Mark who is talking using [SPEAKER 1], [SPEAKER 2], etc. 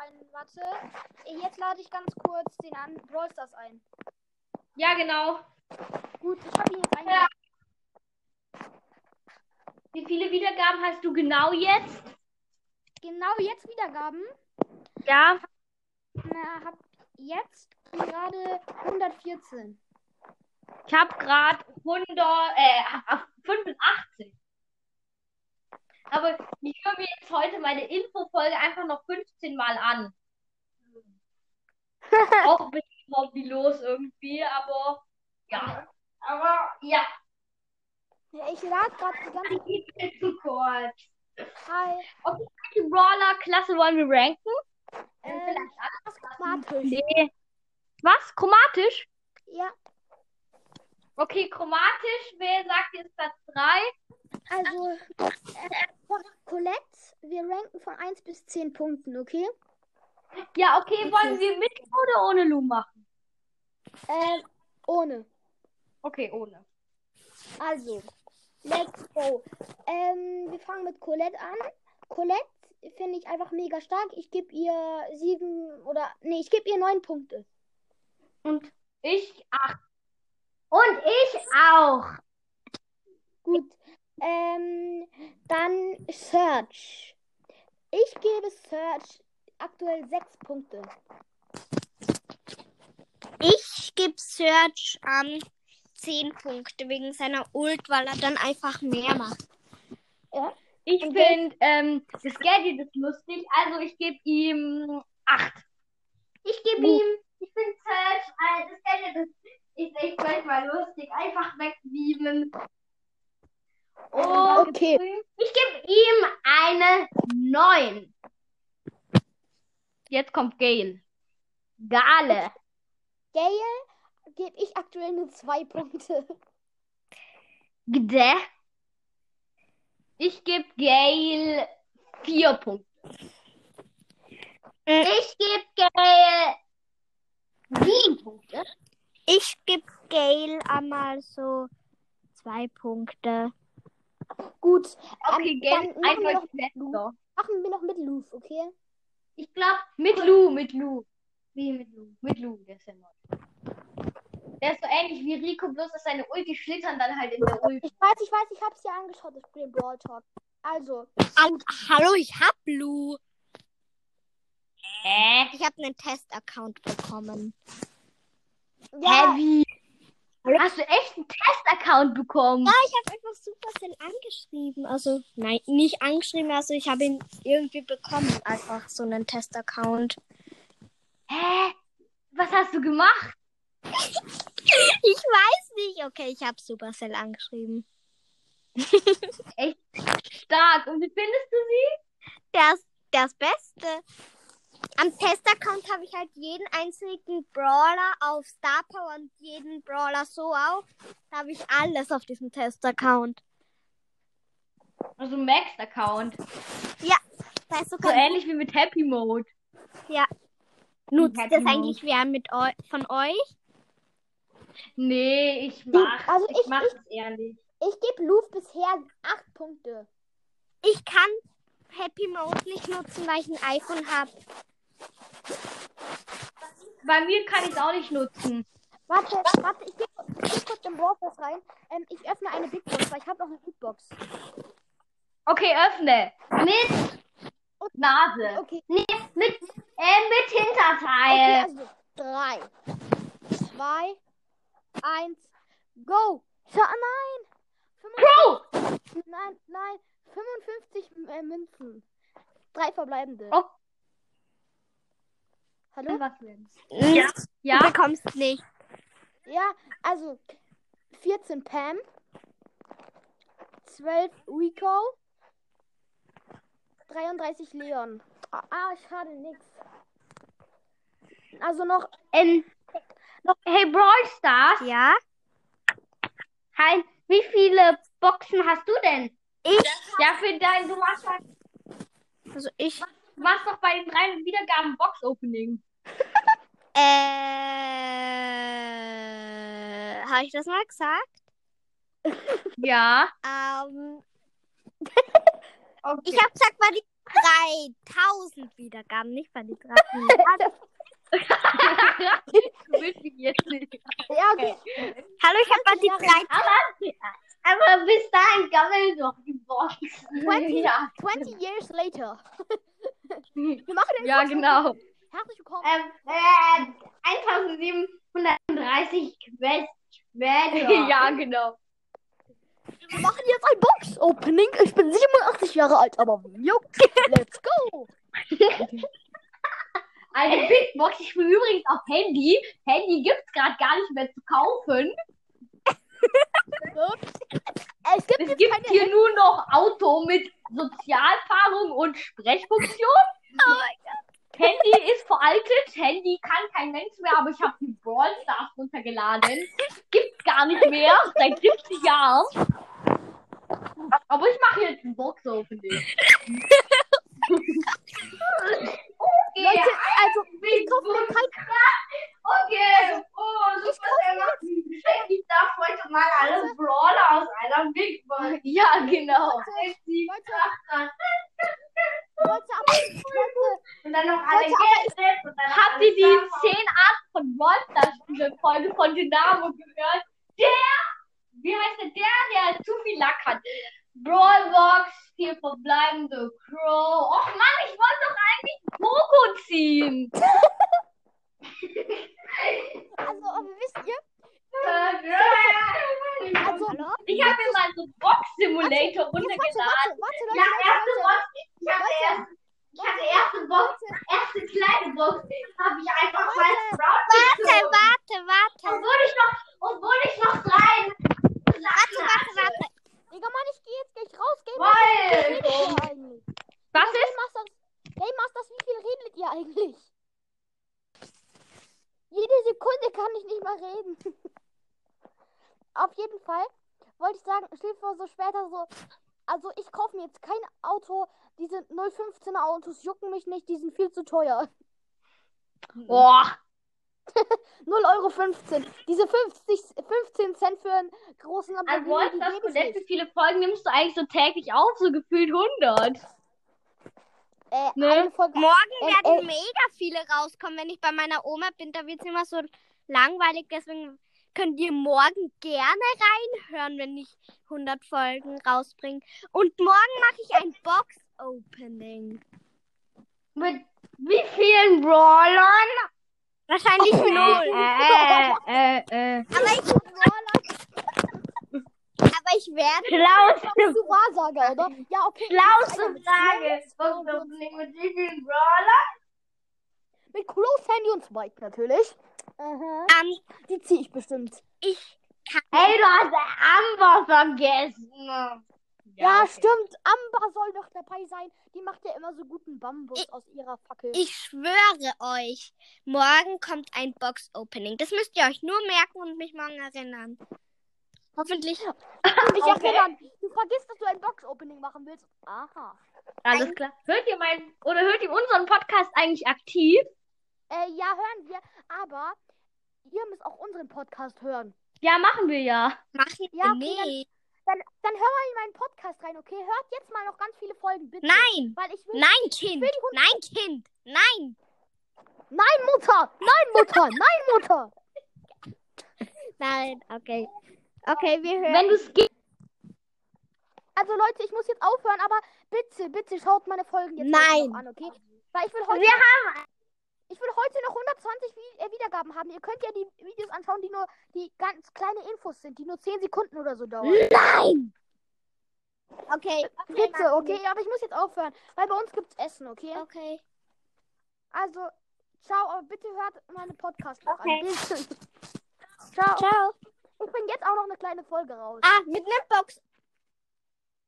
[SPEAKER 1] ähm, Warte. Äh, Jetzt lade ich ganz kurz den an Brawl Stars ein.
[SPEAKER 2] Ja, genau.
[SPEAKER 1] Gut, ich habe ihn jetzt eingeladen.
[SPEAKER 2] Wie viele Wiedergaben hast du genau jetzt?
[SPEAKER 1] Genau jetzt Wiedergaben.
[SPEAKER 2] Ja.
[SPEAKER 1] Na, hab jetzt gerade 114.
[SPEAKER 2] Ich habe gerade 100, äh, 85. Aber ich höre mir jetzt heute meine Infofolge einfach noch 15 Mal an. Auch ein bisschen hobbylos irgendwie, aber ja. Aber ja,
[SPEAKER 1] Ja, Ich lade gerade die ganze
[SPEAKER 2] das geht mir zu kurz.
[SPEAKER 1] Hi.
[SPEAKER 2] Welche Brawler-Klasse wollen wir ranken?
[SPEAKER 1] Ähm,
[SPEAKER 2] vielleicht
[SPEAKER 1] Das ist Kroatisch.
[SPEAKER 2] Nee. Was? Chromatisch?
[SPEAKER 1] Ja,
[SPEAKER 2] Okay, chromatisch. Wer sagt jetzt Platz 3?
[SPEAKER 1] also äh, von Colette, wir ranken von 1 bis 10 Punkten, okay?
[SPEAKER 2] Ja, okay, wollen wir mit oder ohne Lu machen?
[SPEAKER 1] Ähm, ohne.
[SPEAKER 2] Okay, ohne.
[SPEAKER 1] Also, let's go. Ähm, wir fangen mit Colette an. Colette finde ich einfach mega stark. Ich gebe ihr sieben oder nee, ich gebe ihr neun Punkte.
[SPEAKER 2] Und ich acht. Und ich auch.
[SPEAKER 1] Gut. Ähm, dann Search. Ich gebe Search aktuell sechs Punkte.
[SPEAKER 3] Ich gebe Search an 10 Punkte wegen seiner Ult, weil er dann einfach mehr macht.
[SPEAKER 2] Ich
[SPEAKER 1] Und wer-
[SPEAKER 2] finde ähm, das Gadget ist lustig, also ich gebe ihm acht. Ich gebe
[SPEAKER 1] Gut.
[SPEAKER 2] ihm, ich finde Search, äh, das Gadget ist, ist echt manchmal lustig, einfach wegbeamen. Oh, Und
[SPEAKER 1] Okay.
[SPEAKER 2] ich gebe ihm eine neun. Jetzt kommt Gale. Gale.
[SPEAKER 1] Gail gebe ich aktuell nur zwei Punkte.
[SPEAKER 2] Gde. Ich gebe Gail vier Punkte.
[SPEAKER 3] Äh.
[SPEAKER 2] Ich gebe Gail sieben Punkte.
[SPEAKER 3] Ich gebe Gail einmal so 2 Punkte.
[SPEAKER 1] Gut,
[SPEAKER 2] Okay,
[SPEAKER 1] Ähm,
[SPEAKER 2] Gail
[SPEAKER 1] dann machen wir
[SPEAKER 2] eindeutig letzter.
[SPEAKER 1] machen wir noch mit Luv, okay?
[SPEAKER 2] Ich glaube, mit Lou, mit Lou. Wie mit Lou? Mit Lou, der ist ja neu. Der ist so ähnlich wie Rico, bloß dass seine Ulti schlittern dann halt in der Ulti.
[SPEAKER 1] Ich weiß, ich weiß, ich hab's dir angeschaut, das Spiel Brawl Talk. Also,
[SPEAKER 3] hallo, ich hab Blue.
[SPEAKER 2] Äh,
[SPEAKER 3] Ich habe einen Test-Account bekommen.
[SPEAKER 1] ja,
[SPEAKER 2] Heavy. Hast du echt einen Test-Account bekommen?
[SPEAKER 3] Ich habe einfach Supercell angeschrieben. Also, nein, nicht angeschrieben, also ich habe ihn irgendwie bekommen. Einfach so einen Test-Account.
[SPEAKER 2] Hä? Was hast du gemacht?
[SPEAKER 3] Ich weiß nicht. Okay, ich habe Supercell angeschrieben.
[SPEAKER 2] Stark. Und wie findest du sie?
[SPEAKER 3] Das, das Beste. Am Test-Account habe ich halt jeden einzigen Brawler auf Star Power und jeden Brawler so auch. Da habe ich alles auf diesem Test-Account.
[SPEAKER 2] Also Max-Account.
[SPEAKER 3] Da ist
[SPEAKER 2] So
[SPEAKER 3] sogar
[SPEAKER 2] ähnlich wie mit Happy Mode.
[SPEAKER 3] nutzt
[SPEAKER 2] Happy
[SPEAKER 3] das
[SPEAKER 2] Mode.
[SPEAKER 3] eigentlich wer mit eu von euch?
[SPEAKER 2] Nee, ich mach.
[SPEAKER 1] Also
[SPEAKER 2] ich,
[SPEAKER 1] ich-
[SPEAKER 2] mach
[SPEAKER 1] ich-
[SPEAKER 2] es ehrlich.
[SPEAKER 1] ich gebe Luv bisher acht Punkte.
[SPEAKER 3] Ich kann Happy Mode nicht nutzen, weil ich ein iPhone habe.
[SPEAKER 2] Bei mir kann ich es auch nicht nutzen.
[SPEAKER 1] Warte, warte, ich gehe geh kurz im Warpass rein. Ähm, ich öffne eine Big Box, weil ich habe noch eine Big Box.
[SPEAKER 2] Okay, öffne. Mit Nase.
[SPEAKER 1] Okay,
[SPEAKER 2] Mit, äh, mit
[SPEAKER 1] okay
[SPEAKER 2] Hinterteil.
[SPEAKER 3] Äh,
[SPEAKER 1] also 3, 2, 1, go! Scha nein!
[SPEAKER 2] Pro!
[SPEAKER 1] Nein, nein, 55 M- äh, Münzen. Drei verbleibende.
[SPEAKER 2] Oh.
[SPEAKER 1] Hallo?
[SPEAKER 2] Was denn?
[SPEAKER 3] Ja. Du
[SPEAKER 2] Ja,
[SPEAKER 3] bekommst nicht.
[SPEAKER 1] Ja, also 14 Pam, 12 Rico, 33 Leon. Ah, ah, schade, nix. Also noch
[SPEAKER 2] ähm, hey Brawl Stars,
[SPEAKER 3] Ja?
[SPEAKER 2] halt, wie viele Boxen hast du denn?
[SPEAKER 3] Ich?
[SPEAKER 2] Ja, für dein, du machst, doch-
[SPEAKER 3] Also ich.
[SPEAKER 2] du machst doch bei den drei Wiedergaben Box-Opening.
[SPEAKER 3] Äh. Habe ich das mal gesagt?
[SPEAKER 2] Ja.
[SPEAKER 3] Ähm,
[SPEAKER 2] Okay.
[SPEAKER 3] ich habe gesagt, weil die drei bei 1000 Wiedergaben, nicht bei den 300.
[SPEAKER 2] Würde ich jetzt nicht.
[SPEAKER 1] Ja, okay.
[SPEAKER 3] Hallo, ich habe bei die 3
[SPEAKER 2] Aber bis dahin gammeln doch die
[SPEAKER 1] Twenty-
[SPEAKER 2] Boxen. Ja.
[SPEAKER 1] 20 years later.
[SPEAKER 2] ja,
[SPEAKER 1] Wir machen den Podcast.
[SPEAKER 2] genau.
[SPEAKER 1] Herzlich willkommen.
[SPEAKER 2] Ähm, äh, 1730 Quest.
[SPEAKER 4] Ja, genau.
[SPEAKER 1] Wir machen jetzt ein Box-Opening. Ich bin 87 Jahre alt, aber jupp. Let's go.
[SPEAKER 2] Eine Also Big Box. Ich bin übrigens auf Handy. Handy gibt's gerade gar nicht mehr zu kaufen.
[SPEAKER 1] Es gibt
[SPEAKER 2] Es
[SPEAKER 1] jetzt
[SPEAKER 2] gibt
[SPEAKER 1] keine
[SPEAKER 2] hier nur noch Auto mit Sozialfahrung und Sprechfunktion. Handy ist veraltet. Handy kann kein Mensch mehr, aber ich habe die Brawl Stars runtergeladen. Gibt's gar nicht mehr seit 70 Jahren. Aber ich mache jetzt ein Box Opening. okay,
[SPEAKER 1] Leute, also
[SPEAKER 2] Big
[SPEAKER 1] kaufen
[SPEAKER 2] Box.
[SPEAKER 1] Also,
[SPEAKER 2] Okay, oh, super, er macht Ich darf heute mal alle Brawler aus einer Big Box. Ja, genau.
[SPEAKER 1] Leute, Leute, aber Leute,
[SPEAKER 4] Und dann noch
[SPEAKER 1] alle
[SPEAKER 4] alle
[SPEAKER 1] Leute,
[SPEAKER 4] Gäste.
[SPEAKER 2] Habt ihr die 10 Art von Monster-Folge von Dynamo gehört? Der, wie heißt der, der, der zu viel Lack hat? Brawlbox, hier verbleibende Crow. Och Mann, ich wollte doch eigentlich Poco ziehen.
[SPEAKER 1] also, aber wisst ihr, also,
[SPEAKER 4] Also,
[SPEAKER 1] hallo?
[SPEAKER 2] Ich habe mir mal so
[SPEAKER 1] Also,
[SPEAKER 2] Box-Simulator runtergeladen.
[SPEAKER 1] Warte, warte,
[SPEAKER 4] ja,
[SPEAKER 1] Leute,
[SPEAKER 4] erste
[SPEAKER 1] Leute,
[SPEAKER 4] Box. Ich habe erst. Ich hatte erste Box, erste kleine Box, habe ich einfach mal
[SPEAKER 3] Warte,
[SPEAKER 4] Sprout
[SPEAKER 3] warte, warte.
[SPEAKER 4] Obwohl ich noch, obwohl ich noch drei
[SPEAKER 3] Warte, warte, warte.
[SPEAKER 1] Digga, Mann, ich gehe jetzt gleich raus. Game Master, wie viel
[SPEAKER 4] Wolf.
[SPEAKER 1] redet ihr eigentlich?
[SPEAKER 2] Was
[SPEAKER 1] Game Masters, Game Masters, wie viel redet ihr eigentlich? Jede Sekunde kann ich nicht mal reden. Auf jeden Fall wollte ich sagen, stell dir vor, so später so. Also, ich kaufe mir jetzt kein Auto. Diese 015er Autos jucken mich nicht, die sind viel zu teuer.
[SPEAKER 3] Hm.
[SPEAKER 2] Boah.
[SPEAKER 1] 0,15 Euro. 15. Diese 50, 15 Cent für einen großen
[SPEAKER 3] Hm,
[SPEAKER 2] An
[SPEAKER 1] Lamborghini,
[SPEAKER 2] Brawl
[SPEAKER 1] die
[SPEAKER 2] Stars
[SPEAKER 1] gebe ich
[SPEAKER 2] Colette, wie
[SPEAKER 1] nicht.
[SPEAKER 2] viele Folgen nimmst du eigentlich so täglich auf? So gefühlt 100.
[SPEAKER 1] Äh,
[SPEAKER 2] ne?
[SPEAKER 1] eine Folge
[SPEAKER 3] Morgen
[SPEAKER 1] Ey,
[SPEAKER 3] werden
[SPEAKER 1] ey.
[SPEAKER 3] mega viele rauskommen. Wenn ich bei meiner Oma bin, da wird es immer so langweilig. Deswegen könnt ihr morgen gerne reinhören, wenn ich 100 Folgen rausbringe. Und morgen mache ich ein Box-Opening.
[SPEAKER 2] Mit wie vielen Brawlern?
[SPEAKER 3] Wahrscheinlich null.
[SPEAKER 2] Äh, äh, äh.
[SPEAKER 3] Aber ich, aber ich werde
[SPEAKER 1] Bist du Wahrsager, oder? Ja, okay.
[SPEAKER 4] Schlauste
[SPEAKER 1] Alter,
[SPEAKER 4] Frage. Box-Opening mit wie vielen Brawler?
[SPEAKER 1] Mit Close, Sandy und Spike natürlich. Aha.
[SPEAKER 3] dann,
[SPEAKER 1] Die ziehe ich bestimmt.
[SPEAKER 3] ich
[SPEAKER 2] Ey, du hast Amber vergessen.
[SPEAKER 1] Ja, stimmt. Amber soll noch dabei sein. Die macht ja immer so guten Bambus aus ihrer Fackel.
[SPEAKER 3] Ich schwöre euch, morgen kommt ein Box-Opening. Das müsst ihr euch nur merken und mich morgen erinnern. Hoffentlich.
[SPEAKER 1] kann mich
[SPEAKER 2] okay.
[SPEAKER 1] erinnern. Du vergisst, dass du ein Box-Opening machen willst. Aha.
[SPEAKER 2] Alles klar. Hört ihr meinen oder hört ihr unseren Podcast eigentlich aktiv?
[SPEAKER 1] Äh, ja, hören wir. Aber ihr müsst auch unseren Podcast hören.
[SPEAKER 2] Ja, machen wir ja.
[SPEAKER 3] Machen
[SPEAKER 1] Ja,
[SPEAKER 3] wir
[SPEAKER 1] okay,
[SPEAKER 3] nicht.
[SPEAKER 1] Dann, dann hör mal in meinen Podcast rein, okay? Hört jetzt mal noch ganz viele Folgen, bitte.
[SPEAKER 3] Nein,
[SPEAKER 1] Weil ich will.
[SPEAKER 3] nein, Kind.
[SPEAKER 1] will die Hunde-
[SPEAKER 3] Nein, Kind. Nein.
[SPEAKER 1] Nein, Mutter! Nein, Mutter! Nein, Mutter!
[SPEAKER 3] Nein, okay. Okay, wir hören.
[SPEAKER 2] Wenn du es gehst,
[SPEAKER 1] Also Leute, ich muss jetzt aufhören, aber bitte, bitte schaut meine Folgen jetzt
[SPEAKER 3] Nein.
[SPEAKER 1] heute noch an, okay? Weil ich will heute
[SPEAKER 2] Wir
[SPEAKER 1] haben ich will heute noch 120 Vi- äh, Wiedergaben haben. Ihr könnt ja die Videos anschauen, die nur die ganz kleine Infos sind, die nur 10 Sekunden oder so dauern.
[SPEAKER 3] Nein. Okay.
[SPEAKER 1] Bitte, okay? Aber ich muss jetzt aufhören, weil bei uns gibt's Essen, okay?
[SPEAKER 3] Okay.
[SPEAKER 1] Also ciao, aber bitte hört meine Podcast noch
[SPEAKER 3] Okay.
[SPEAKER 1] an. Bitte. Ciao.
[SPEAKER 3] Ciao.
[SPEAKER 1] Ich bring jetzt auch noch eine kleine Folge raus.
[SPEAKER 3] Ah, mit einem Box.